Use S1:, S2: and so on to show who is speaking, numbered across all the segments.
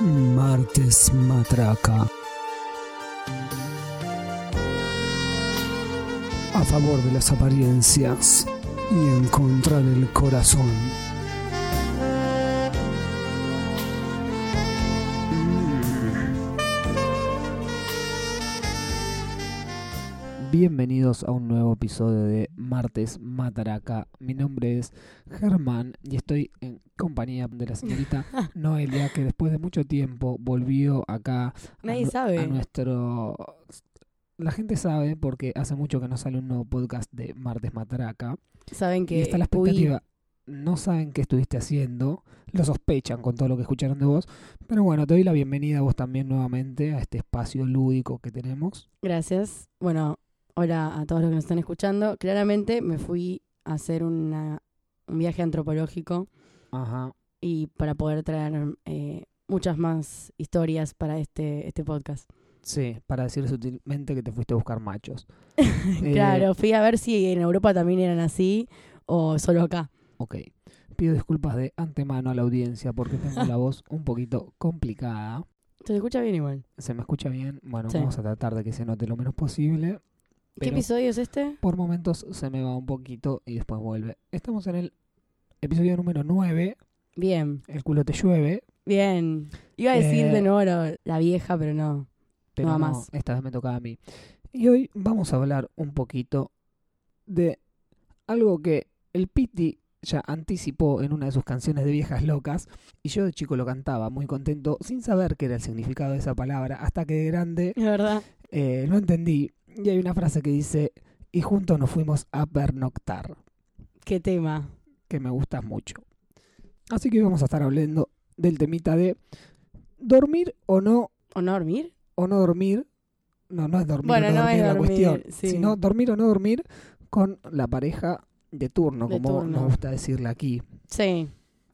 S1: Martes Matraca. A favor de las apariencias y en contra del corazón.
S2: Bienvenidos a un nuevo episodio de Martes Mataraca. Mi nombre es Germán y estoy en compañía de la señorita
S3: Ah,
S2: Noelia, que después de mucho tiempo volvió acá
S3: Nadie
S2: a, nu-
S3: sabe.
S2: a nuestro... La gente sabe porque hace mucho que no sale un nuevo podcast de Martes Mataraca.
S3: Saben que
S2: y está la
S3: huí.
S2: expectativa. No saben qué estuviste haciendo, lo sospechan con todo lo que escucharon de vos. Pero bueno, te doy la bienvenida a vos también nuevamente a este espacio lúdico que tenemos.
S3: Gracias. Bueno, hola a todos los que nos están escuchando. Claramente me fui a hacer una- un viaje antropológico
S2: Ajá.
S3: y para poder traer eh, muchas más historias para este, este podcast.
S2: Sí, para decir sutilmente que te fuiste a buscar machos. Eh,
S3: Claro, fui a ver si en Europa también eran así o solo acá.
S2: Ok. Pido disculpas de antemano a la audiencia porque tengo la voz un poquito complicada.
S3: ¿Se escucha bien igual?
S2: ¿Se me escucha bien? Bueno,
S3: Sí.
S2: vamos a tratar de que se note lo menos posible.
S3: ¿Qué
S2: Pero
S3: episodio es este?
S2: por momentos se me va un poquito y después vuelve. Estamos en el episodio número 9,
S3: Bien,
S2: El culo te llueve.
S3: bien. Iba a decir
S2: Eh,
S3: de nuevo la, la vieja, pero no.
S2: Pero
S3: Nada
S2: no,
S3: más.
S2: esta vez me tocaba a mí. Y hoy vamos a hablar un poquito de algo que el Piti ya anticipó en una de sus canciones de Viejas Locas. Y yo de chico lo cantaba muy contento, sin saber qué era el significado de esa palabra, hasta que de grande
S3: La verdad.
S2: eh, lo entendí. Y hay una frase que dice: Y juntos nos fuimos a pernoctar,
S3: Qué tema.
S2: que me gusta mucho. Así que hoy vamos a estar hablando del temita de dormir o no
S3: ¿O no dormir?
S2: o no dormir. No, no es dormir
S3: Bueno,
S2: o no,
S3: no
S2: dormir
S3: es
S2: la
S3: dormir,
S2: cuestión,
S3: sí.
S2: sino dormir o no dormir con la pareja de turno,
S3: De
S2: como
S3: turno.
S2: nos gusta decirle aquí.
S3: Sí,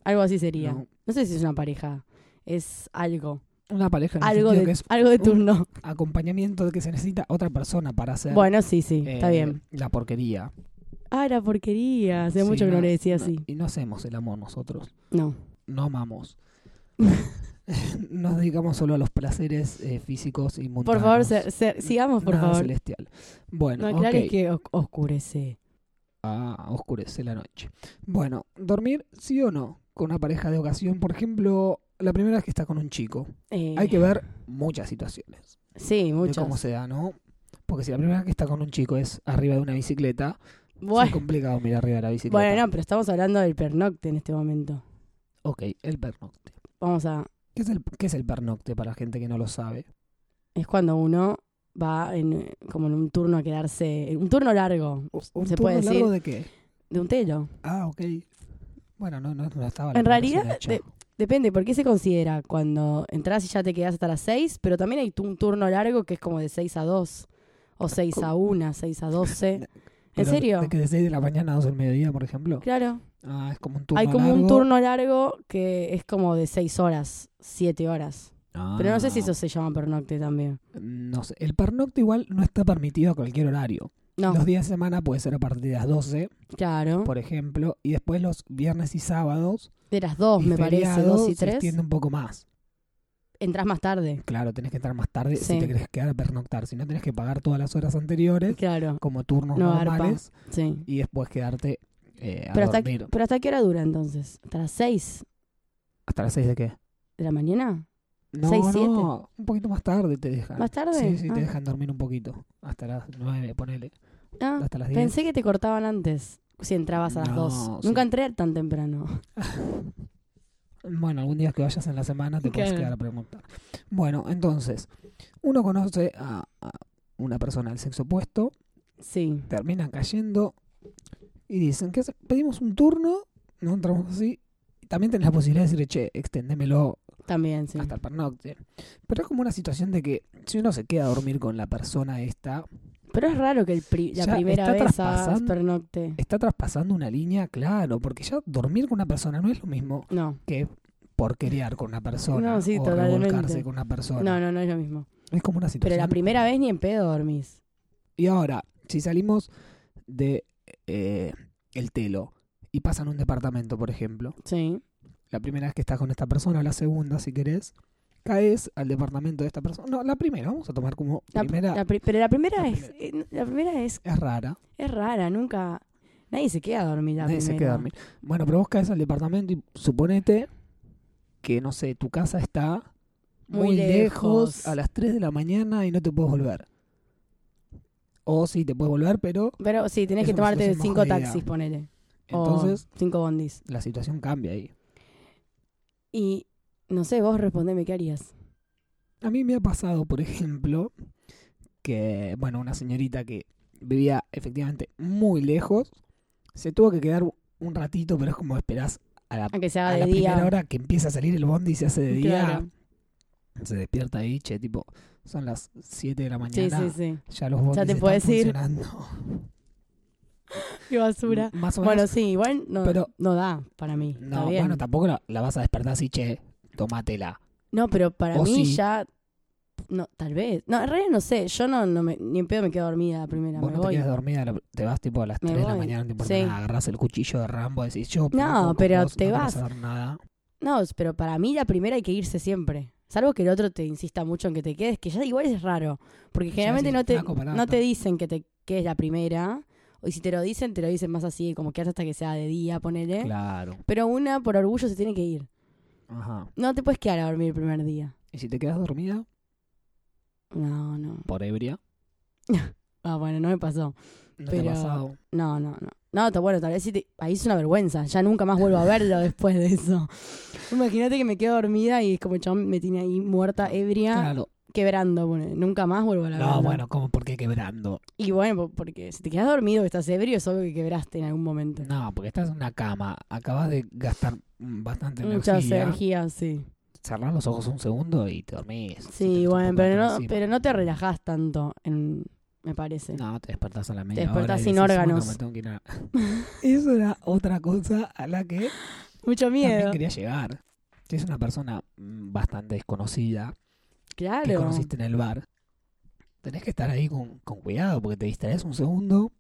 S3: algo así sería.
S2: ¿no?
S3: No sé si es una pareja, es algo.
S2: Una pareja en el
S3: Algo
S2: sentido
S3: de,
S2: que es
S3: algo de turno.
S2: acompañamiento de que se necesita otra persona para hacer
S3: Bueno, sí, sí, está
S2: eh,
S3: bien.
S2: la porquería.
S3: Ah, era porquería. Hace mucho que no le decía así.
S2: Y no hacemos el amor nosotros,
S3: No.
S2: no amamos. Nos dedicamos solo a los placeres eh, físicos y mundanos.
S3: Por favor, se- se- sigamos, por
S2: Nada
S3: favor.
S2: celestial. Bueno,
S3: No
S2: ok.
S3: aclares que os- oscurece.
S2: Ah, oscurece la noche. Bueno, dormir sí o no con una pareja de ocasión. Por ejemplo, la primera vez que está con un chico.
S3: Eh,
S2: Hay que ver muchas situaciones.
S3: Sí,
S2: De cómo
S3: muchos.
S2: se da, ¿no? Porque si la primera vez que está con un chico es arriba de una bicicleta, es
S3: Bueno,
S2: complicado dormir arriba de la bicicleta.
S3: bueno, no, pero estamos hablando del pernocte en este momento.
S2: Ok, el pernocte.
S3: Vamos a.
S2: ¿Qué es el, qué es el pernocte para la gente que no lo sabe?
S3: Es cuando uno va en, como en un turno a quedarse. Un turno largo,
S2: ¿Un turno
S3: ¿Se puede
S2: largo de qué?
S3: de un telo.
S2: Ah, ok. Bueno, no, no, no estaba la comparación
S3: En realidad,
S2: hecha.
S3: de- Depende, porque se considera cuando entras y ya te quedas hasta las 6, pero también hay tu- un turno largo que es como de 6 a 2, o 6 a 1, 6 a 12. ¿En
S2: Pero
S3: serio?
S2: De que de 6 de la mañana a 2 del mediodía, por ejemplo.
S3: Claro.
S2: Ah, es como un turno
S3: Hay como un
S2: largo.
S3: turno largo que es como de 6 horas, 7 horas. Pero no sé si
S2: Ah.
S3: eso se llama pernocte también.
S2: No sé. El pernocte igual no está permitido a cualquier horario.
S3: No,
S2: Los días de semana puede ser a partir de las 12,
S3: claro.
S2: por ejemplo, y después los viernes y sábados.
S3: De las 2,
S2: y
S3: Oh, me parece,
S2: feriados
S3: 2 y
S2: Se
S3: 3.
S2: extiende un poco más.
S3: Entras más tarde.
S2: Claro, tenés que entrar más tarde si
S3: Sí.
S2: te querés quedar a pernoctar. Si no, tenés que pagar todas las horas anteriores
S3: Claro,
S2: como turnos
S3: No, arpa.
S2: normales
S3: sí.
S2: y después quedarte eh, a
S3: Pero hasta,
S2: dormir. Hasta,
S3: pero ¿hasta qué hora dura entonces? ¿Hasta las 6
S2: las 6 de qué?
S3: de la mañana?
S2: No,
S3: Seis,
S2: no, un poquito más tarde te dejan.
S3: ¿Más tarde?
S2: Sí, sí,
S3: Ah.
S2: te dejan dormir un poquito. Hasta las 9, ponele.
S3: Ah,
S2: Hasta las 10.
S3: Pensé que te cortaban antes, si entrabas a las
S2: No,
S3: 2.
S2: sí.
S3: Nunca entré tan temprano.
S2: Bueno, algún día que vayas en la semana te puedes
S3: Claro.
S2: quedar a preguntar. Bueno, entonces, uno conoce a, a una persona del sexo opuesto,
S3: Sí,
S2: terminan cayendo y dicen que pedimos un turno, no entramos así. Y También tenés la posibilidad de decirle, che, extendémelo
S3: también, sí.
S2: hasta el pernocte. Pero es como una situación de que si uno se queda a dormir con la persona esta,
S3: Pero es raro que el pri- la
S2: Ya
S3: primera
S2: está
S3: vez hagas
S2: traspasando.
S3: pernocte.
S2: está traspasando una línea, claro, porque ya dormir con una persona no es lo mismo
S3: No,
S2: que porquerear con una persona
S3: No, sí,
S2: o
S3: totalmente.
S2: revolcarse con una persona.
S3: no, no, no es lo mismo.
S2: Es como una situación.
S3: Pero la primera vez ni en pedo dormís.
S2: Y ahora, si salimos de eh, el telo y pasan un departamento, por ejemplo.
S3: Sí.
S2: La primera vez que estás con esta persona, la segunda, si querés, caes al departamento de esta persona. No, la primera, vamos a tomar como
S3: La,
S2: primera.
S3: la pri- pero la primera,
S2: la
S3: es, eh, la primera es,
S2: es rara.
S3: es rara, nunca. Nadie se queda a dormir la
S2: nadie se
S3: primera.
S2: queda a dormir. Bueno, pero vos caes al departamento y suponete que, no sé, tu casa está
S3: Muy lejos.
S2: a las 3 de la mañana y no te puedes volver. O sí, te puedes volver, pero
S3: Pero sí, tenés
S2: Es
S3: que
S2: una
S3: tomarte
S2: situación más
S3: cinco
S2: jodida.
S3: taxis, ponele.
S2: entonces
S3: o cinco bondis.
S2: la situación cambia ahí.
S3: Y no sé, vos respondeme, ¿qué harías?
S2: A mí me ha pasado, por ejemplo, que, bueno, una señorita que vivía efectivamente muy lejos, se tuvo que quedar un ratito, pero es como esperás a la,
S3: Aunque
S2: a
S3: sea Ah, de
S2: la
S3: día.
S2: primera hora que empieza a salir el bondi y se hace de día.
S3: Claro.
S2: Se despierta ahí, che, tipo, son las 7 de la
S3: Sí,
S2: mañana.
S3: sí, sí.
S2: Ya los bondis
S3: te
S2: están
S3: podés ir.
S2: funcionando.
S3: Qué basura.
S2: Más o menos.
S3: Bueno, sí, igual no,
S2: Pero-
S3: no da para mí. está
S2: no,
S3: bien.
S2: bueno, tampoco la, la vas a despertar así, che, tomátela.
S3: No, pero para
S2: O
S3: mí
S2: sí.
S3: ya. No, tal vez. No, en realidad no sé. Yo no, no me- ni en pedo me quedo dormida la primera.
S2: Vos
S3: me
S2: no te
S3: voy.
S2: quedas dormida, la- te vas tipo a las
S3: Me
S2: 3 de la
S3: voy.
S2: mañana, no te importa
S3: Sí.
S2: nada, agarrás el cuchillo de Rambo, decís yo.
S3: No,
S2: con
S3: pero
S2: vos
S3: te
S2: no quiero
S3: vas.
S2: saber nada.
S3: No, es- pero para mí la primera hay que irse siempre. Salvo que el otro te insista mucho en que te quedes, que ya igual es raro. Porque generalmente
S2: decís,
S3: no, te,
S2: "Flaco, pará,
S3: no
S2: está".
S3: te dicen que te quedes la primera. O y si te lo dicen, te lo dicen más así, como quedas hasta que sea de día, ponele.
S2: Claro.
S3: Pero una por orgullo se tiene que ir.
S2: Ajá.
S3: No te puedes quedar a dormir el primer día.
S2: Y si te quedas dormida,
S3: No, no.
S2: por ebria,
S3: Ah, bueno, no me pasó.
S2: no te
S3: Pero-
S2: ha pasado.
S3: No, no, no. No, ta- bueno, tal vez sí te- ahí es una vergüenza. Ya nunca más vuelvo a verlo después de eso. Imagínate que me quedo dormida y es como el chabón me tiene ahí muerta, ebria,
S2: Claro.
S3: quebrando. Bueno, nunca más vuelvo a la verlo.
S2: No, bueno, ¿cómo? ¿Por qué quebrando?
S3: Y bueno, po- porque si te quedas dormido, que estás ebrio, es obvio que quebraste en algún momento.
S2: No, porque estás en una cama, acabas de gastar mm, bastante
S3: Muchas
S2: energía.
S3: energías, sí.
S2: Cerrás los ojos un segundo y te dormís.
S3: Sí,
S2: Te
S3: bueno,
S2: pones
S3: pero no,
S2: encima.
S3: pero no te relajás tanto, en- me parece.
S2: No, te despertás a la media
S3: despertás
S2: hora y
S3: sin
S2: decís,
S3: órganos.
S2: "Bueno, me tengo que ir a-". Eso era otra cosa a la que
S3: Mucho
S2: también
S3: miedo.
S2: quería llegar. Si es una persona mm, bastante desconocida, que
S3: Claro.
S2: conociste en el bar, tenés que estar ahí con, con cuidado porque te distraes un segundo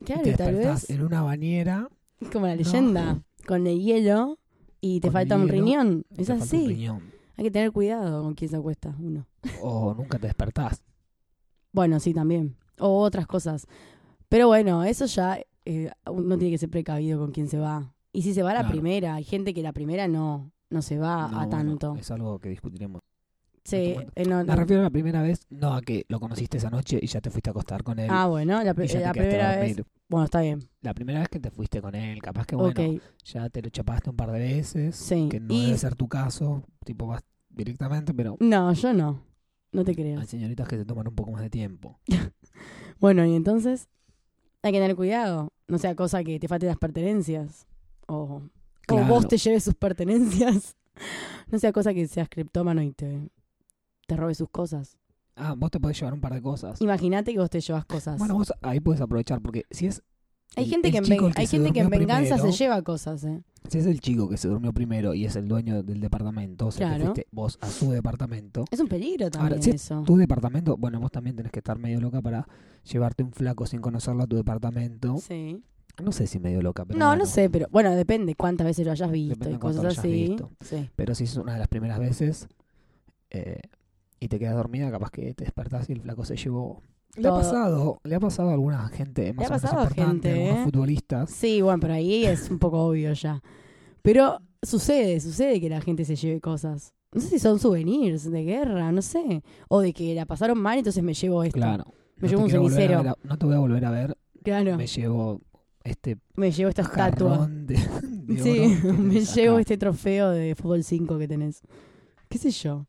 S2: y
S3: Claro,
S2: te
S3: tal
S2: despertás
S3: vez.
S2: en una bañera.
S3: Es como la
S2: No.
S3: leyenda. Con el hielo y te
S2: Con
S3: falta
S2: el
S3: un
S2: hielo,
S3: riñón.
S2: y
S3: Es
S2: te falta un
S3: así.
S2: riñón.
S3: Hay que tener cuidado con quién se acuesta uno.
S2: O nunca te despertás.
S3: Bueno, sí, también. O otras cosas. Pero bueno, eso ya eh, uno tiene que ser precavido con quién se va. Y si se va a la
S2: Claro.
S3: primera, hay gente que la primera no, no se va
S2: No,
S3: a
S2: bueno,
S3: tanto.
S2: es algo que discutiremos.
S3: sí,
S2: bueno.
S3: eh, no-
S2: Me refiero a la primera vez, no a que lo conociste esa noche y ya te fuiste a acostar con él.
S3: ah, bueno, la,
S2: y
S3: pri-
S2: ya
S3: la
S2: te quedaste a
S3: primera vez.
S2: dormir.
S3: Bueno, está bien.
S2: La primera vez que te fuiste con él, capaz que bueno,
S3: ok,
S2: ya te lo chapaste un par de veces,
S3: sí.
S2: que no
S3: Y-
S2: debe ser tu caso, tipo vas directamente, pero
S3: No, yo no. No te creo.
S2: hay señoritas que se toman un poco más de tiempo.
S3: Bueno, y entonces hay que tener cuidado. No sea cosa que te falte las pertenencias. O, o vos
S2: Claro.
S3: te lleves sus pertenencias. No sea cosa que seas criptómano y te, te robe sus cosas.
S2: Ah, vos te podés llevar un par de cosas.
S3: Imagínate que vos te llevas cosas.
S2: Bueno, vos ahí puedes aprovechar, porque si es
S3: hay
S2: el-
S3: gente
S2: el
S3: que en,
S2: chico
S3: ven-
S2: el que
S3: hay
S2: se
S3: gente que en
S2: durmió
S3: venganza se
S2: primero-
S3: lleva cosas, ¿eh?
S2: Si es el chico que se durmió primero y es el dueño del departamento, o sea, te
S3: Claro.
S2: fuiste vos a su departamento,
S3: Es un peligro también
S2: si es
S3: eso.
S2: tu departamento, bueno, vos también tenés que estar medio loca para llevarte un flaco sin conocerlo a tu departamento.
S3: Sí.
S2: No sé si medio loca, pero
S3: no,
S2: bueno.
S3: no sé, pero bueno, depende cuántas veces lo hayas visto
S2: Depende
S3: y
S2: de cuánto
S3: cosas
S2: lo hayas
S3: así.
S2: visto.
S3: Sí.
S2: Pero si es una de las primeras veces eh, y te quedas dormida, capaz que te despertás y el flaco se llevó. Le ha
S3: Todo.
S2: pasado, le ha pasado a alguna gente más
S3: ha
S2: o menos
S3: pasado a
S2: importante,
S3: gente,
S2: algunos
S3: ¿eh?
S2: futbolistas.
S3: Sí, bueno, pero ahí es un poco obvio ya. Pero sucede, sucede que la gente se lleve cosas. No sé si son souvenirs de guerra, no sé. O de que la pasaron mal, entonces me llevo esto.
S2: Claro. No
S3: Me llevo
S2: te
S3: un
S2: quiero volver a
S3: cenicero.
S2: ver a- no te voy a volver a ver,
S3: Claro,
S2: me
S3: me,
S2: llevo este
S3: llevo esta estatua.
S2: jarrón de, de
S3: Sí,
S2: oro que
S3: me
S2: tenés
S3: llevo
S2: acá.
S3: este trofeo de fútbol 5 que tenés. ¿Qué sé yo?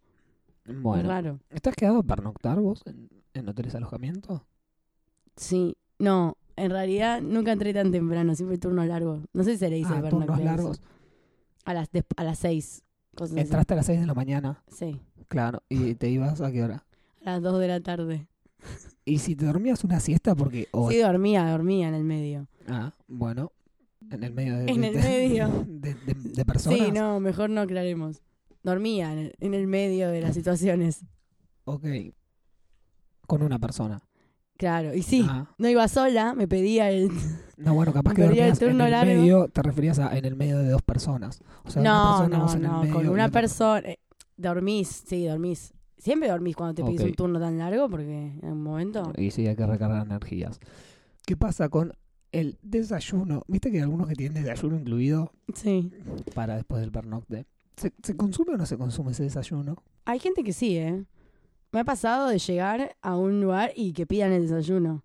S3: Es
S2: Bueno,
S3: este Raro.
S2: ¿estás quedado para noctar vos en, en hoteles alojamiento?
S3: Sí, no, en realidad nunca entré tan temprano, siempre turno largo. No sé si se le dice
S2: Ah,
S3: el
S2: turnos
S3: vernacular eso.
S2: largos.
S3: A las, des- a las 6. Cosas así.
S2: Entraste a las 6 de la mañana,
S3: Sí,
S2: claro, y te ibas a qué hora?
S3: a las 2 de la tarde.
S2: Y si te dormías una siesta porque o
S3: Sí, dormía, dormía en el medio.
S2: Ah, bueno. En el medio de,
S3: En
S2: de-
S3: el
S2: de-
S3: medio.
S2: de, de- de personas.
S3: Sí, no, mejor no aclaremos. Dormía en el, en el medio de las situaciones.
S2: Ok. Con una persona.
S3: Claro, y sí,
S2: Ah.
S3: no iba sola, me pedía el...
S2: No, bueno, capaz que
S3: Pero ya el
S2: dormías en
S3: turno
S2: el
S3: largo.
S2: medio, te referías a en el medio de dos personas. O sea, una
S3: no,
S2: persona
S3: no,
S2: vos en el
S3: no,
S2: medio
S3: con
S2: y
S3: una
S2: otra
S3: persona... eh, dormís, sí, dormís. Siempre dormís cuando te pides
S2: Ok.
S3: un turno tan largo porque en un momento...
S2: Y sí, hay que recargar energías. ¿Qué pasa con el desayuno? Viste que hay algunos que tienen desayuno incluido
S3: Sí.
S2: para después del pernocte. ¿Se, se consume o no se consume ese desayuno?
S3: Hay gente que sí, ¿eh? Me ha pasado de llegar a un lugar y que pidan el desayuno.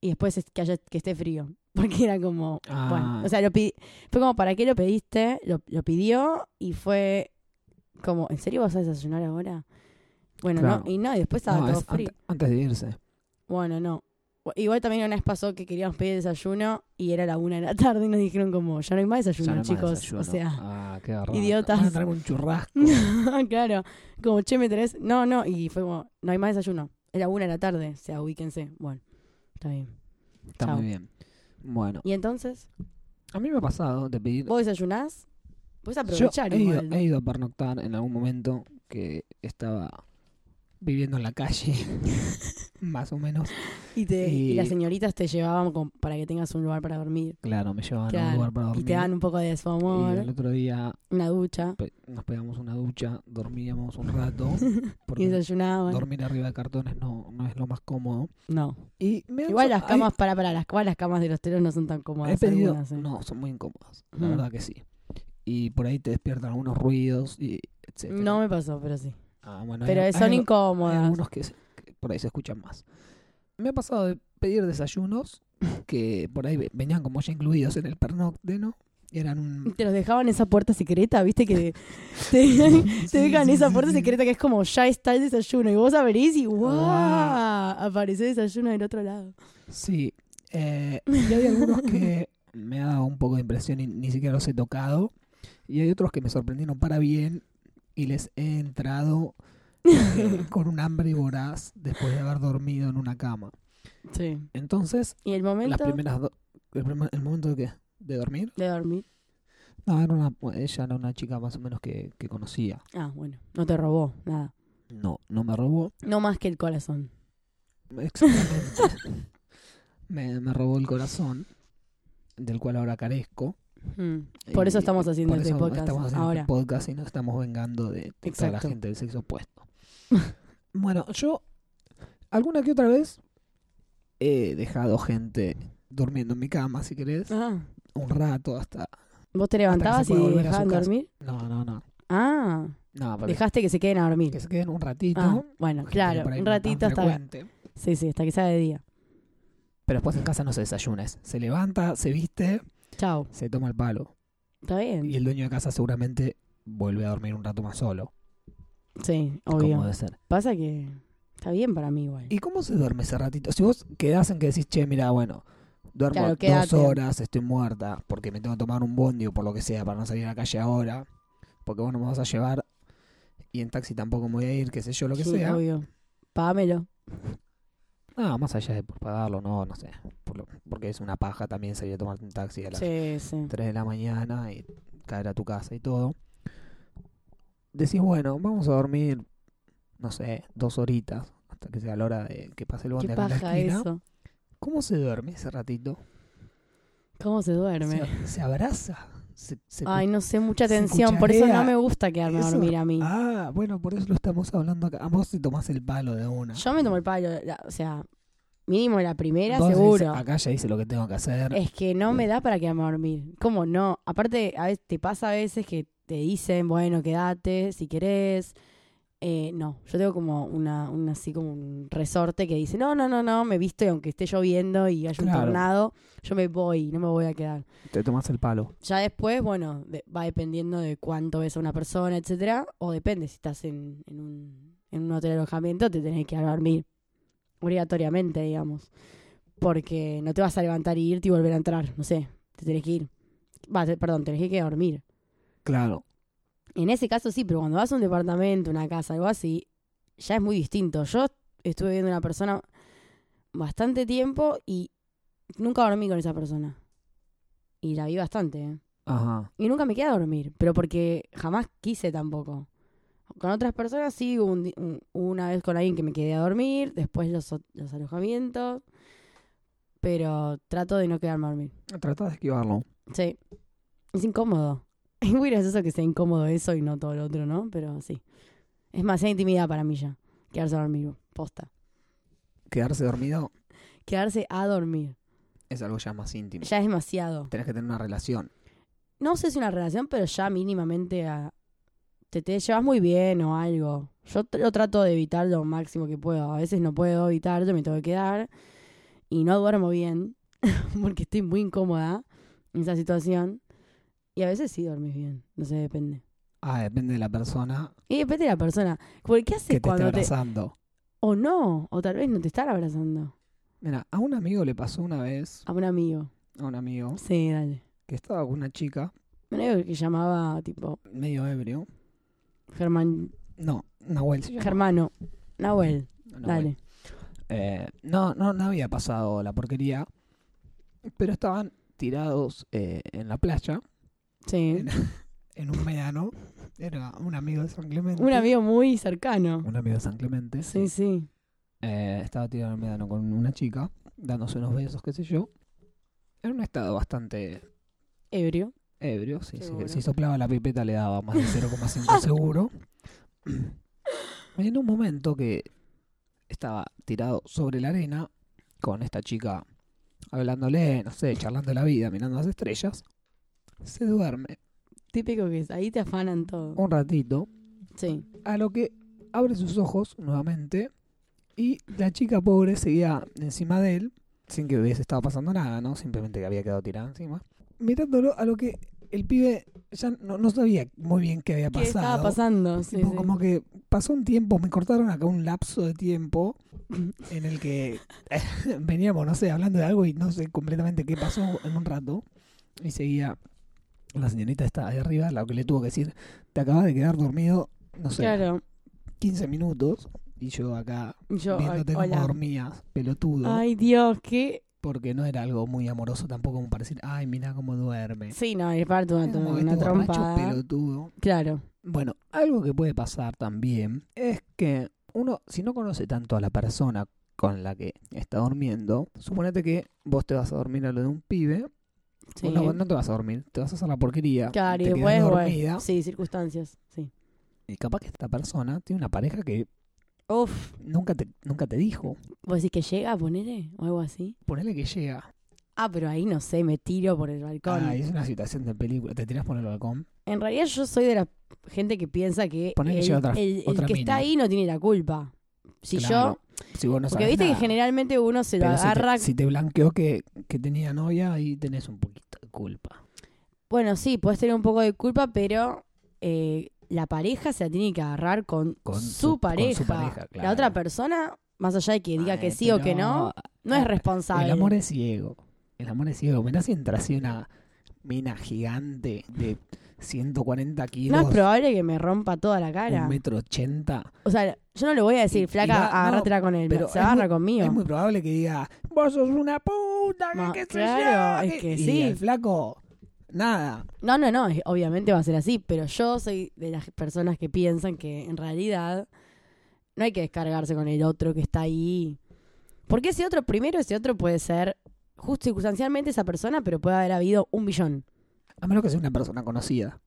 S3: Y después es- que, haya, que esté frío. Porque era como...
S2: Ah,
S3: Bueno, o sea, lo pi- fue como, ¿para qué lo pediste? Lo, lo pidió y fue como, ¿en serio vas a desayunar ahora? Bueno,
S2: Claro.
S3: no, y no, y después estaba
S2: No,
S3: todo
S2: es
S3: frío.
S2: ante- antes de irse.
S3: Bueno, no. Igual también una vez pasó que queríamos pedir desayuno y era la una de la tarde y nos dijeron como, ya no hay más
S2: Ya
S3: desayuno,
S2: no hay más
S3: chicos.
S2: desayuno.
S3: O sea,
S2: Ah, qué garrón.
S3: idiotas.
S2: Van a traerme un churrasco. Ah.
S3: claro, como, che, me traes, no, no, y fue como, no hay más desayuno. Era una de la tarde, o sea, ubíquense. Bueno, está bien.
S2: Está
S3: Chao.
S2: muy bien. Bueno,
S3: Y entonces,
S2: a mí me ha pasado de pedir
S3: vos desayunás, puedes
S2: Yo
S3: aprovechar
S2: he ido,
S3: igual.
S2: he ido a pernoctar en algún momento que estaba viviendo en la calle, más o menos.
S3: Y, te, y
S2: Y-
S3: las señoritas te llevaban como para que tengas un lugar para dormir.
S2: Claro, me llevaban a
S3: Claro,
S2: un lugar para dormir.
S3: Y te dan un poco de su
S2: Y el
S3: amor,
S2: otro día
S3: una ducha,
S2: pe- nos pegamos una ducha, dormíamos un rato,
S3: y
S2: porque
S3: desayunaban.
S2: dormir arriba de cartones no, no es lo más cómodo.
S3: No.
S2: Y me han
S3: Igual
S2: so-
S3: las
S2: hay-
S3: camas, para, para, las, igual las camas de los teros no son tan
S2: He
S3: cómodas.
S2: pedido,
S3: algunas, eh.
S2: no, son muy incómodas, la
S3: Mm.
S2: verdad que sí. Y por ahí te despiertan algunos ruidos y etcétera.
S3: No me pasó, pero sí.
S2: Ah, bueno,
S3: Pero
S2: hay-
S3: son
S2: hay- Hay
S3: incómodas.
S2: algunos que, se- que por ahí se escuchan más. Me ha pasado de pedir desayunos que por ahí ve- venían como ya incluidos en el pernocte, ¿no? Y eran un...
S3: Te los dejaban esa puerta secreta, viste que te, te dejan esa puerta
S2: secreta.
S3: secreta que es como ya está el desayuno. Y vos abrís y ¡guau!
S2: Guau.
S3: Aparece desayuno del otro lado.
S2: Sí. eh, y hay algunos que me ha dado un poco de impresión y ni siquiera los he tocado. Y hay otros que me sorprendieron para bien y les he entrado eh, con un hambre voraz después de haber dormido en una cama.
S3: Sí.
S2: Entonces,
S3: Y el momento
S2: las primeras... do- el, primer- ¿El momento de qué? ¿De dormir?
S3: de dormir.
S2: No, era una, pues, ella era una chica más o menos que, que conocía.
S3: Ah, bueno. No te robó nada.
S2: No, no me robó.
S3: No más que el corazón.
S2: Exactamente. me, me robó el corazón, del cual ahora carezco.
S3: Mm. Por eso
S2: Y
S3: estamos haciendo
S2: por
S3: este
S2: eso
S3: podcast
S2: estamos haciendo
S3: ahora.
S2: este podcast y nos estamos vengando de, de toda la
S3: Exacto.
S2: gente del sexo opuesto. bueno, yo alguna que otra vez he dejado gente durmiendo en mi cama, si querés,
S3: Ah,
S2: un rato hasta...
S3: ¿Vos te
S2: que
S3: levantabas
S2: se
S3: y
S2: pueda volver a su
S3: dejaban
S2: casa.
S3: dormir?
S2: No, no, no.
S3: Ah,
S2: No, para
S3: dejaste que se queden a dormir.
S2: que se queden un ratito.
S3: Ah, bueno,
S2: Gente que
S3: claro,
S2: por ahí
S3: un
S2: no es tan
S3: ratito hasta.
S2: frecuente.
S3: Sí, sí, hasta que sea de día.
S2: Pero después en casa no se desayuna. es- Se levanta, se viste,
S3: Chao.
S2: se toma el palo.
S3: Está
S2: Y
S3: bien.
S2: el dueño de casa seguramente vuelve a dormir un rato más solo.
S3: Sí,
S2: Como
S3: obvio.
S2: debe ser.
S3: Pasa que está bien para mí igual.
S2: ¿Y cómo se duerme ese ratito? Si vos quedás en que decís, che, mira, bueno, duermo
S3: Claro,
S2: dos
S3: quédate.
S2: horas, estoy muerta, porque me tengo que tomar un bondi o por lo que sea para no salir a la calle ahora, porque vos no me vas a llevar y en taxi tampoco me voy a ir, qué sé yo, lo que
S3: Sí,
S2: sea.
S3: obvio. Págamelo.
S2: No, más allá de por pagarlo, no, no sé. por lo- porque es una paja también salir a tomarte un taxi a las
S3: Sí, sí.
S2: 3 de la mañana y caer a tu casa y todo. Decís, bueno, vamos a dormir, no sé, dos horitas, hasta que sea la hora de que pase el bondi
S3: Qué
S2: acá en la
S3: paja
S2: esquina.
S3: eso.
S2: ¿Cómo se duerme ese ratito?
S3: ¿Cómo se duerme?
S2: Se, se abraza. Se, se-
S3: Ay, no sé, mucha
S2: se
S3: tensión. Por eso
S2: cucharea.
S3: no me gusta quedarme a
S2: Eso-
S3: dormir a mí.
S2: Ah, bueno, por eso lo estamos hablando acá. A vos si tomás el palo de una.
S3: Yo me tomo el palo. la- o sea, mínimo la primera,
S2: Vos decís,
S3: seguro. Eh.
S2: acá ya hice lo que tengo que hacer. Mm.
S3: Es que no me da para quedarme a dormir. ¿Cómo no? Aparte, a veces te pasa a veces que te dicen, bueno, quédate si querés. Eh, no, yo tengo como una, un- así como un resorte que dice, no, no, no, no, me visto y aunque esté lloviendo y haya un
S2: Claro.
S3: tornado, yo me voy, no me voy a quedar.
S2: Te tomás el palo.
S3: Ya después, bueno, de- va dependiendo de cuánto ves a una persona, etcétera, o depende, si estás en, en un, en un hotel de alojamiento, te tenés que ir a dormir, obligatoriamente, digamos, porque no te vas a levantar y irte y volver a entrar, no sé, te tenés que ir. Va, te- perdón, tenés que ir a dormir.
S2: Claro.
S3: En ese caso sí, pero cuando vas a un departamento, una casa, algo así, ya es muy distinto. Yo estuve viendo una persona bastante tiempo y nunca dormí con esa persona. Y la vi bastante, ¿eh?
S2: Ajá.
S3: Y nunca me quedé a dormir, pero porque jamás quise tampoco. Con otras personas sí, hubo un di- un- una vez con alguien que me quedé a dormir, después los, o- los alojamientos, pero trato de no quedarme a dormir.
S2: Tratás de esquivarlo.
S3: Sí. Es incómodo. Es muy gracioso que sea incómodo eso y no todo lo otro, ¿no? Pero sí. Es más, es intimidad para mí ya. Quedarse a dormir, posta.
S2: Quedarse dormido
S3: Quedarse a dormir.
S2: es algo ya más íntimo.
S3: Ya es demasiado.
S2: Tenés que tener una relación.
S3: No sé si una relación, pero ya mínimamente a- te, te llevas muy bien o algo. Yo tr- lo trato de evitar lo máximo que puedo. A veces no puedo evitar, yo me tengo que quedar. Y no duermo bien, porque estoy muy incómoda en esa situación. Y a veces sí dormís bien, no sé, depende.
S2: Ah, depende de la persona
S3: Y depende de la persona. Porque ¿qué haces
S2: que te esté
S3: cuando te...
S2: abrazando.
S3: O no, o tal vez no te están abrazando.
S2: Mira, a un amigo le pasó una vez,
S3: A un amigo.
S2: a un amigo,
S3: Sí, dale.
S2: que estaba con una chica,
S3: Un amigo que llamaba, tipo,
S2: medio ebrio.
S3: Germán...
S2: No, Nahuel se llama.
S3: Germano. Nahuel,
S2: Nahuel.
S3: dale.
S2: Eh, no, no, no había pasado la porquería, pero estaban tirados eh, en la playa,
S3: Sí.
S2: en un verano. Era un amigo de San Clemente.
S3: Un amigo muy cercano.
S2: Un amigo de San Clemente.
S3: Sí, sí.
S2: Eh, estaba tirado en el medano con una chica, dándose unos besos, qué sé yo. Era un estado bastante
S3: Ebrio.
S2: ebrio, sí, sí,
S3: Seguro.
S2: si soplaba la pipeta le daba más de 0,5 seguro. Y en un momento que estaba tirado sobre la arena con esta chica hablándole, no sé, charlando de la vida, mirando las estrellas, se duerme
S3: Típico que es. Ahí te afanan todo.
S2: un ratito,
S3: Sí.
S2: a lo que abre sus ojos nuevamente y la chica pobre seguía encima de él, sin que hubiese estado pasando nada, ¿no? Simplemente que había quedado tirada encima. Mirándolo a lo que el pibe ya no, no sabía muy bien qué había
S3: ¿Qué
S2: pasado.
S3: estaba pasando? Sí,
S2: Tipo,
S3: sí.
S2: Como que pasó un tiempo, me cortaron acá un lapso de tiempo en el que veníamos, no sé, hablando de algo y no sé completamente qué pasó en un rato. Y seguía la señorita está ahí arriba, la que le tuvo que decir, te acabas de quedar dormido, no sé,
S3: Claro.
S2: 15 minutos. Y yo acá
S3: Yo,
S2: viéndote
S3: ay,
S2: cómo
S3: hola.
S2: dormías, pelotudo.
S3: Ay, Dios, qué...
S2: Porque no era algo muy amoroso tampoco como para decir, ay, mira cómo duerme.
S3: Sí, no, es parte de
S2: Era
S3: una,
S2: como
S3: una
S2: este borracho
S3: trompada.
S2: pelotudo.
S3: Claro.
S2: Bueno, algo que puede pasar también es que uno, si no conoce tanto a la persona con la que está durmiendo, suponete que vos te vas a dormir a lo de un pibe,
S3: Sí.
S2: o no, no te vas a dormir, te vas a hacer la porquería,
S3: Claro, y
S2: te quedás
S3: después,
S2: dormida,
S3: bueno, sí, circunstancias, sí.
S2: y capaz que esta persona tiene una pareja que
S3: Uf,
S2: nunca te, nunca te dijo.
S3: vos decís que llega, ponele, o algo así.
S2: Ponele que llega.
S3: Ah, pero ahí no sé, me tiro por el balcón.
S2: Ay, es una situación de película, te tirás por el balcón.
S3: En realidad yo soy de la gente que piensa que
S2: Ponele que
S3: el,
S2: llega otra-
S3: el- el
S2: otra
S3: que
S2: mina.
S3: está ahí no tiene la culpa. Si
S2: Claro,
S3: yo...
S2: si vos no
S3: Porque
S2: sabés
S3: viste que
S2: nada.
S3: generalmente uno se lo
S2: Pero si te-
S3: agarra...
S2: Si te, blanqueó que, que tenía novia, ahí tenés un poquito de culpa.
S3: Bueno, sí, puedes tener un poco de culpa, pero eh, la pareja se la tiene que agarrar con,
S2: Con
S3: su,
S2: su- con su
S3: pareja.
S2: pareja,
S3: La
S2: claro.
S3: otra persona, más allá de que diga
S2: Ay,
S3: que sí o
S2: pero
S3: que no, no es
S2: eh,
S3: responsable.
S2: El amor es ciego. El amor es ciego. Mirá si entra así una mina gigante de 140
S3: no
S2: kilos,
S3: es probable que me rompa toda la cara.
S2: un metro ochenta.
S3: O sea, yo no le voy a decir,
S2: Y-
S3: flaca,
S2: y va- no,
S3: agárratela con él,
S2: pero
S3: se
S2: es
S3: agarra
S2: muy-
S3: conmigo.
S2: Es muy probable que diga, vos sos una puta, que
S3: Ma-
S2: qué sé
S3: claro,
S2: yo,
S3: es que
S2: y
S3: sí.
S2: el flaco, nada.
S3: No, no, no, es- obviamente va a ser así, pero yo soy de las personas que piensan que en realidad no hay que descargarse con el otro que está ahí. Porque ese otro, primero ese otro puede ser justo circunstancialmente esa persona, pero puede haber habido un millón.
S2: A menos que sea una persona conocida.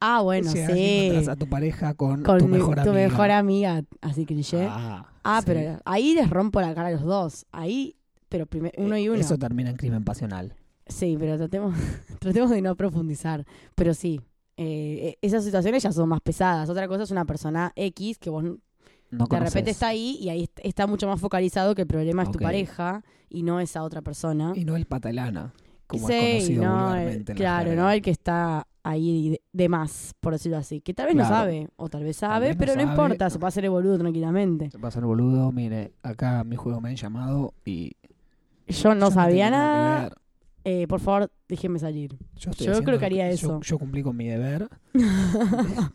S3: Ah, bueno,
S2: Si
S3: sí.
S2: encontrás a tu pareja con,
S3: Con
S2: tu mejor
S3: tu
S2: amiga.
S3: mejor amiga, así cliché. Ah,
S2: Ah, sí.
S3: pero ahí les rompo la cara a los dos. Ahí, pero prime- uno y uno.
S2: Eh, Eso termina en crimen pasional.
S3: Sí, pero tratemos, tratemos de no profundizar. Pero sí, eh, esas situaciones ya son más pesadas. Otra cosa es una persona X que vos
S2: No
S3: de
S2: conoces.
S3: repente está ahí y ahí est- está mucho más focalizado que el problema es
S2: Ok.
S3: tu pareja y no esa otra persona.
S2: Y no el patalana, como
S3: Sí,
S2: es conocido
S3: no, el-
S2: vulgarmente. en la
S3: claro,
S2: jerga.
S3: no el que está ahí de, de más, por decirlo así. Que tal vez no
S2: Claro.
S3: sabe, o tal vez sabe,
S2: vez no
S3: pero no,
S2: sabe.
S3: importa, se puede hacer el boludo tranquilamente.
S2: Se pasa el boludo, mire, acá a mi juego me han llamado y...
S3: Yo no
S2: yo
S3: sabía
S2: tengo
S3: nada.
S2: que ver.
S3: Eh, por favor, déjenme salir.
S2: Yo, estoy
S3: Yo
S2: haciendo
S3: creo
S2: lo
S3: que haría
S2: yo-
S3: eso.
S2: Yo, cumplí con mi deber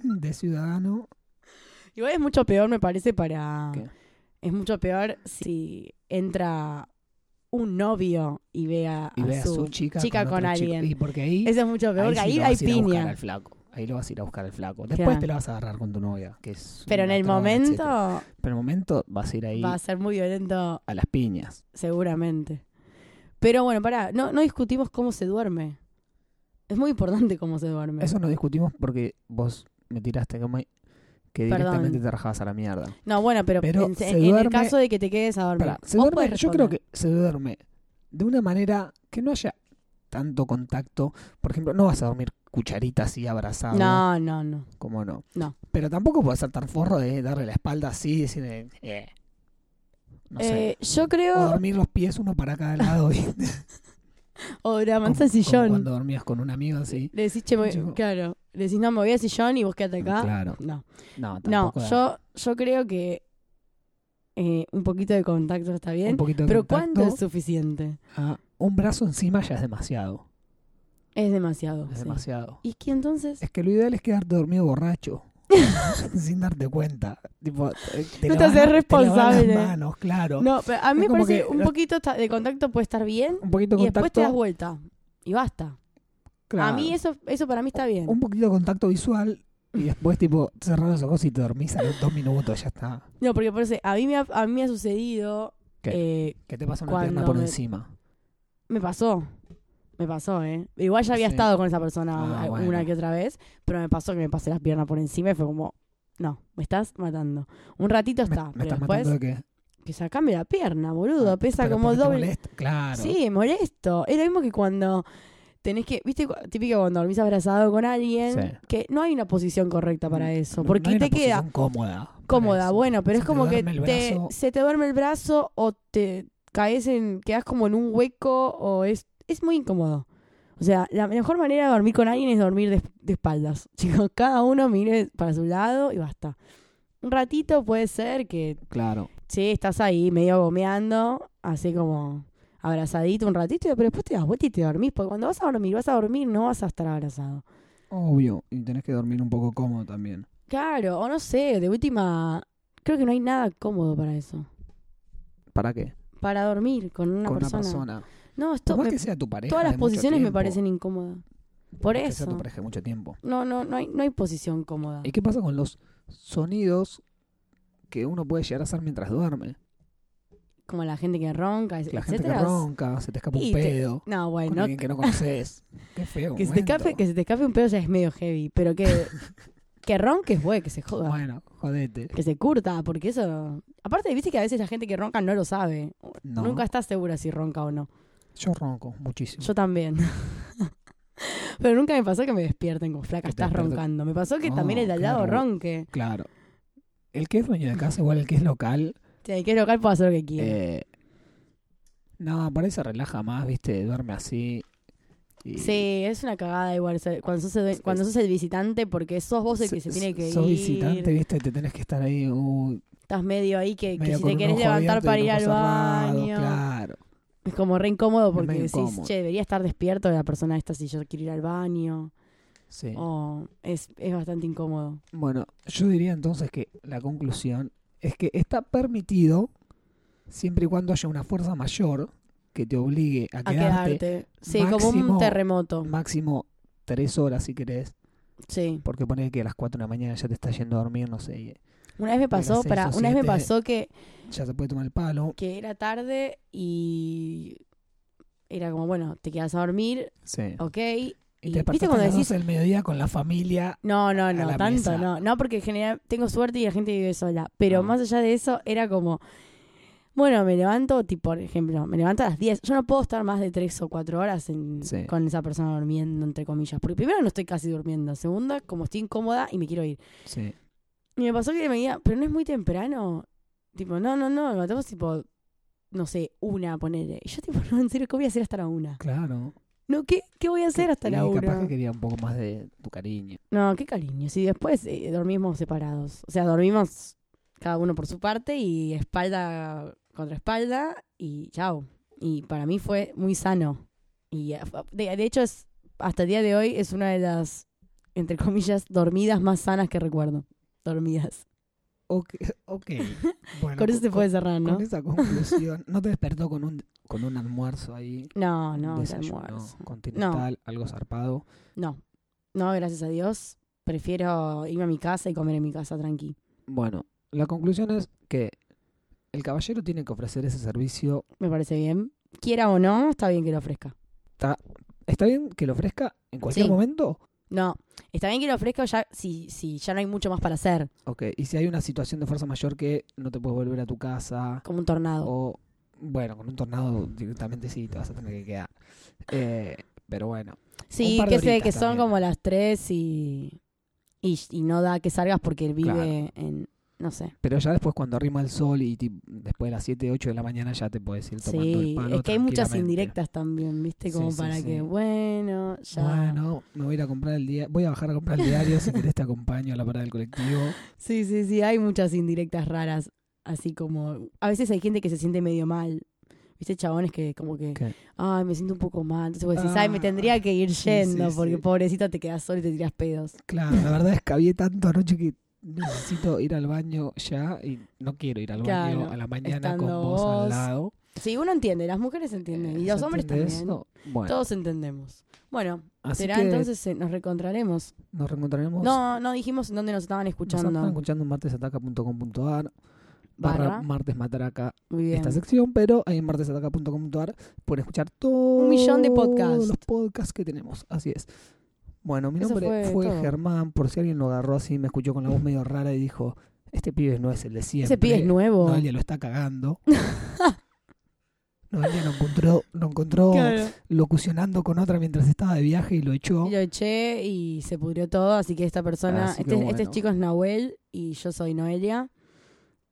S2: de ciudadano.
S3: Igual es mucho peor, me parece, para.
S2: ¿Qué?
S3: Es mucho peor si entra un novio y ve a,
S2: Y
S3: a
S2: ve a
S3: su-
S2: su chica,
S3: chica con
S2: otro chico.
S3: alguien.
S2: Y porque ahí...
S3: Eso es mucho peor,
S2: ahí
S3: que
S2: sí
S3: ahí
S2: lo
S3: hay
S2: vas a ir a buscar
S3: piña.
S2: al flaco. Ahí lo vas a ir a buscar al flaco. Después
S3: Claro.
S2: te lo vas a agarrar con tu novia, que es
S3: Pero en
S2: una
S3: el
S2: traba,
S3: momento
S2: etcétera. Pero en el momento vas a ir ahí
S3: va a ser muy violento,
S2: a las piñas.
S3: seguramente. Pero bueno, pará, no, no discutimos cómo se duerme. Es muy importante cómo se duerme.
S2: Eso no discutimos porque vos me tiraste como que
S3: Perdón.
S2: directamente te rajabas a la mierda.
S3: No, bueno, pero,
S2: Pero
S3: en,
S2: se
S3: en el
S2: duerme-
S3: caso de que te quedes a dormir.
S2: Pará, se
S3: vos
S2: duerme-
S3: podés
S2: yo creo
S3: responder.
S2: que se duerme de una manera que no haya tanto contacto. Por ejemplo, no vas a dormir cucharita así abrazado.
S3: No, no, no.
S2: Como no.
S3: No.
S2: Pero tampoco puedes ser tan forro de darle la espalda así y decirle. eh. No sé.
S3: Eh, yo
S2: O
S3: creo.
S2: dormir los pies uno para cada lado. y-
S3: O la
S2: como-
S3: mansa al
S2: como
S3: sillón.
S2: Cuando dormías con un amigo así.
S3: Le decís, che, me-
S2: Yo-
S3: claro. Le decís, no, me voy al sillón y vos quedate acá.
S2: Claro.
S3: No,
S2: No,
S3: no
S2: tampoco da-
S3: yo, yo creo que eh, un poquito de contacto está
S2: un
S3: bien.
S2: poquito de
S3: Pero
S2: contacto,
S3: ¿cuánto es suficiente?
S2: ah, un brazo encima ya es demasiado.
S3: Es demasiado.
S2: Es
S3: sí.
S2: demasiado.
S3: ¿Y qué entonces?
S2: Es que lo ideal es quedarte dormido borracho. sin darte cuenta. Tipo, te- te
S3: No te
S2: lavas-
S3: haces
S2: lavas
S3: responsable.
S2: las manos, claro.
S3: No, pero a
S2: Es
S3: mí me
S2: como
S3: parece
S2: que
S3: un
S2: no-
S3: poquito ta- de contacto puede estar bien
S2: Un poquito
S3: y
S2: de
S3: después te das
S2: contacto.
S3: vuelta. Y basta.
S2: claro.
S3: A mí eso, eso para mí está bien.
S2: Un poquito de contacto visual. Y después, tipo, cerrar los ojos y te dormís a los dos minutos, ya está.
S3: No, porque por eso, a mí me ha, a mí me ha sucedido.
S2: ¿Qué?
S3: eh,
S2: Que te pasa una
S3: Cuando
S2: pierna por
S3: me-
S2: encima.
S3: me pasó. Me pasó, ¿eh? Igual ya había
S2: Sí.
S3: estado con esa persona
S2: Ah,
S3: eh,
S2: bueno.
S3: una que otra vez, pero me pasó que me pasé las piernas por encima y fue como, no, me estás matando. Un ratito
S2: Me,
S3: está,
S2: me
S3: pero
S2: estás
S3: después
S2: matando de que. ah,
S3: que sacame la pierna, boludo. pesa
S2: pero
S3: como
S2: porque te
S3: doble.
S2: molesta, Claro.
S3: Sí, molesto. Es lo mismo que cuando tenés que, viste, cu- típico cuando dormís abrazado con alguien,
S2: Sí.
S3: que no hay una posición correcta para eso,
S2: No-
S3: porque
S2: no hay
S3: te
S2: una
S3: queda
S2: posición cómoda. para
S3: cómoda,
S2: eso.
S3: bueno, pero
S2: Se
S3: es
S2: te
S3: como que
S2: duerme el
S3: te-
S2: brazo.
S3: se te duerme el brazo o te caes en, quedas como en un hueco o es, es muy incómodo. O sea, la mejor manera de dormir con alguien es dormir de, de espaldas. Chicos, cada uno mire para su lado y basta. Un ratito puede ser que,
S2: Claro.
S3: che, estás ahí medio gomeando, así como abrazadito un ratito, pero después te das vuelta y te dormís, porque cuando vas a dormir, vas a dormir, no vas a estar abrazado.
S2: Obvio. Y tenés que dormir un poco cómodo también.
S3: Claro, o no sé, de última, creo que no hay nada cómodo para eso.
S2: ¿Para qué?
S3: para dormir con una,
S2: con
S3: persona.
S2: una persona.
S3: No, esto
S2: Por más
S3: me-
S2: que sea tu pareja.
S3: todas las
S2: de mucho
S3: posiciones me
S2: tiempo,
S3: parecen incómodas. Por
S2: Que sea
S3: eso.
S2: tu pareja de mucho tiempo.
S3: No, no, no hay, no hay posición cómoda.
S2: ¿Y qué pasa con los sonidos que uno puede llegar a hacer mientras duerme?
S3: Como la gente que ronca,
S2: La
S3: etcétera.
S2: gente que ronca, se te escapa
S3: Y
S2: un
S3: te-
S2: pedo.
S3: No,
S2: Con
S3: bueno.
S2: alguien que no conoces. Qué feo.
S3: Que se, te escape, que se te escape un pedo ya es medio heavy. Pero que, que ronque es bueno, que se joda.
S2: Bueno, jodete.
S3: Que se curta, porque eso. Aparte, viste que a veces la gente que ronca no lo sabe.
S2: No.
S3: Nunca estás segura si ronca o no.
S2: Yo ronco muchísimo.
S3: Yo también. Pero nunca me pasó que me despierten como flaca,
S2: Que te
S3: estás
S2: despierten.
S3: roncando. Me pasó que
S2: No,
S3: también el de al lado
S2: claro.
S3: ronque.
S2: Claro. El que es dueño de casa, igual el que es local,
S3: Si hay que es local, puedo hacer lo que quiera.
S2: eh, no, por ahí se relaja más, viste, duerme así. y-
S3: Sí, es una cagada igual. o sea, Cuando sos, el, cuando sos el visitante, porque sos vos el que se,
S2: s-
S3: tiene que
S2: sos
S3: ir.
S2: visitante, viste, te tenés que estar ahí. uy,
S3: Estás medio ahí que, que
S2: medio
S3: si
S2: con
S3: te
S2: un
S3: querés
S2: ojo
S3: levantar
S2: abierto y
S3: para
S2: un
S3: ir al
S2: ojo cerrado,
S3: baño.
S2: Claro.
S3: Es como re incómodo
S2: Es
S3: porque
S2: medio
S3: decís,
S2: incómodo.
S3: che, debería estar despierto de la persona esta si yo quiero ir al baño.
S2: Sí.
S3: O es, es bastante incómodo.
S2: Bueno, yo diría entonces que la conclusión es que está permitido siempre y cuando haya una fuerza mayor que te obligue a
S3: A
S2: quedarte,
S3: quedarte. Sí, como un
S2: máximo-
S3: terremoto.
S2: máximo tres horas si querés,
S3: Sí.
S2: porque pone que a las 4 de la mañana ya te está yendo a dormir, no sé, y
S3: Una vez me pasó,
S2: seis
S3: para,
S2: o
S3: una vez me
S2: siete.
S3: pasó que
S2: ya se puede tomar el palo.
S3: que era tarde y era como, bueno, te quedas a dormir,
S2: Sí.
S3: ok.
S2: Y
S3: y-
S2: te
S3: Oh, ¿viste
S2: despertás
S3: cuando
S2: a las
S3: decís-
S2: 12 del mediodía con la familia.
S3: No, no,
S2: A
S3: no,
S2: la
S3: tanto
S2: mesa.
S3: no. No, porque en general tengo suerte y la gente vive sola. Pero
S2: Ah.
S3: más allá de eso, era como, bueno, me levanto, tipo, por ejemplo, me levanto a las 10. Yo no puedo estar más de 3 o 4 horas en-
S2: Sí.
S3: con esa persona durmiendo, entre comillas. Porque primero no estoy casi durmiendo. Segunda, como estoy incómoda y me quiero ir.
S2: Sí.
S3: Y me pasó que me decía, pero no es muy temprano. Tipo, no, no, no, me matamos tipo, no sé, una, ponerle. Y yo, tipo, no, en serio, ¿qué voy a hacer hasta la una?
S2: Claro.
S3: No, ¿qué, qué voy a hacer hasta
S2: Y
S3: la
S2: capaz
S3: una?
S2: que quería un poco más de tu cariño.
S3: No, qué cariño. Si después eh, dormimos separados. O sea, dormimos cada uno por su parte y espalda contra espalda y chao. Y para mí fue muy sano. Y eh, fue- de, de hecho, es, hasta el día de hoy es una de las, entre comillas, dormidas más sanas que recuerdo. Dormidas.
S2: Ok. okay. Bueno,
S3: Con eso te puede cerrar, ¿no?
S2: Con esa conclusión, ¿no te despertó con un, con un almuerzo ahí?
S3: No, no,
S2: un
S3: el
S2: desayuno
S3: almuerzo.
S2: continental, algo zarpado.
S3: No. No, gracias a Dios. prefiero irme a mi casa y comer en mi casa tranqui.
S2: Bueno, la conclusión es que el caballero tiene que ofrecer ese servicio.
S3: Me parece bien. Quiera o no, está bien que lo ofrezca.
S2: Está, está bien que lo ofrezca en cualquier
S3: Sí.
S2: momento.
S3: No, está bien que lo ofrezca ya si, si ya no hay mucho más para hacer,
S2: Ok, y si hay una situación de fuerza mayor que no te puedes volver a tu casa
S3: como un tornado.
S2: o, bueno, con un tornado directamente sí, te vas a tener que quedar. Eh, pero bueno,
S3: sí,
S2: par de
S3: que sé, que
S2: horitas
S3: son
S2: también.
S3: como las tres y, y, y no da que salgas porque él vive
S2: Claro.
S3: en, no sé.
S2: pero ya después cuando arrima el sol y ti- después de las 7, 8 de la mañana ya te puedes ir tomando el
S3: Sí,
S2: palo
S3: es que hay muchas
S2: tranquilamente.
S3: indirectas también, ¿viste? Como
S2: Sí, sí,
S3: para
S2: sí.
S3: que, bueno, ya.
S2: Bueno, me voy a ir a comprar el diario, voy a bajar a comprar el diario, si querés te acompaño a la parada del colectivo.
S3: Sí, sí, sí, hay muchas indirectas raras. Así como, a veces hay gente que se siente medio mal. ¿Viste? Chabones que como que,
S2: ¿Qué?
S3: ay, me siento un poco mal. Entonces vos decís,
S2: Ah,
S3: ay, me tendría que ir
S2: sí,
S3: yendo
S2: sí,
S3: porque
S2: sí.
S3: pobrecita te quedas solo y te tiras pedos.
S2: Claro, la verdad es que había tanto anoche que necesito ir al baño ya y no quiero ir al baño
S3: Claro,
S2: a la mañana
S3: estando
S2: con vos, al
S3: vos,
S2: lado.
S3: Sí, uno entiende, las mujeres entienden y
S2: Eh, ¿Se
S3: los hombres
S2: entiende
S3: también.
S2: eso? Bueno,
S3: Todos entendemos. Bueno,
S2: así
S3: será
S2: que
S3: entonces eh, nos reencontraremos.
S2: nos reencontraremos.
S3: No, no dijimos en dónde nos estaban
S2: nos están
S3: escuchando.
S2: escuchando en martesataca.com.ar barra,
S3: Barra.
S2: martes matraca
S3: Muy bien.
S2: esta sección, pero ahí en martesataca.com.ar pueden escuchar todo
S3: millón de podcasts.
S2: los podcasts que tenemos. Así es. Bueno, mi
S3: Eso
S2: nombre fue,
S3: fue todo.
S2: Germán, por si alguien lo agarró así, me escuchó con la voz medio rara y dijo, este pibe no es el de siempre.
S3: Ese pibe es nuevo.
S2: Noelia lo está cagando. Noelia lo encontró, lo encontró
S3: Claro.
S2: locucionando con otra mientras estaba de viaje y lo echó.
S3: Y lo eché y se pudrió todo, así que esta persona,
S2: Así que
S3: este, este
S2: Ah, bueno.
S3: chico es Nahuel y yo soy Noelia.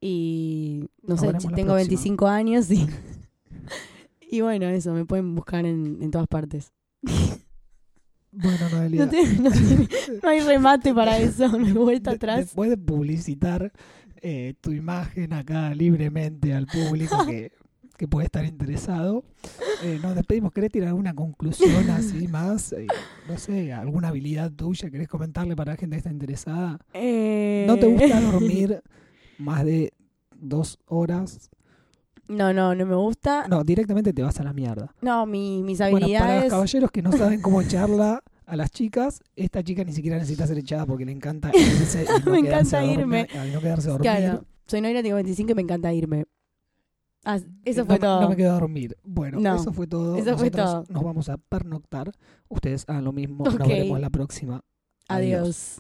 S3: Y no
S2: Nos
S3: sé,
S2: veremos
S3: ch-
S2: la
S3: tengo
S2: próxima.
S3: 25 años y, y bueno, eso, me pueden buscar en, en todas partes.
S2: Bueno, Noelia.
S3: No, te- no te- no hay remate para eso, no hay vuelta
S2: de-
S3: atrás.
S2: Después de publicitar eh, tu imagen acá libremente al público que, que puede estar interesado, eh, nos despedimos. ¿Querés tirar alguna conclusión así más? Eh, no sé, alguna habilidad tuya. ¿Querés comentarle para la gente que está interesada? ¿No te
S3: Eh,
S2: gusta dormir más de dos horas?
S3: No, no, no me gusta.
S2: No, directamente te vas a la mierda.
S3: No, mi-
S2: Bueno,
S3: mis
S2: para los
S3: habilidades.
S2: caballeros que no saben cómo echarla a las chicas, esta chica ni siquiera necesita ser echada porque le encanta irse. y no
S3: Me
S2: quedarse
S3: encanta
S2: a dormir-
S3: irme.
S2: a no quedarse a dormir.
S3: claro, soy Noelia, tengo 25 y me encanta irme. Ah, eso
S2: Eh, No
S3: fue
S2: me-
S3: todo.
S2: No me quedo a dormir. Bueno,
S3: No.
S2: eso fue todo.
S3: Eso fue
S2: Nosotros
S3: todo.
S2: Nos vamos a pernoctar. Ustedes hagan lo mismo.
S3: Ok.
S2: Nos veremos la próxima.
S3: Adiós.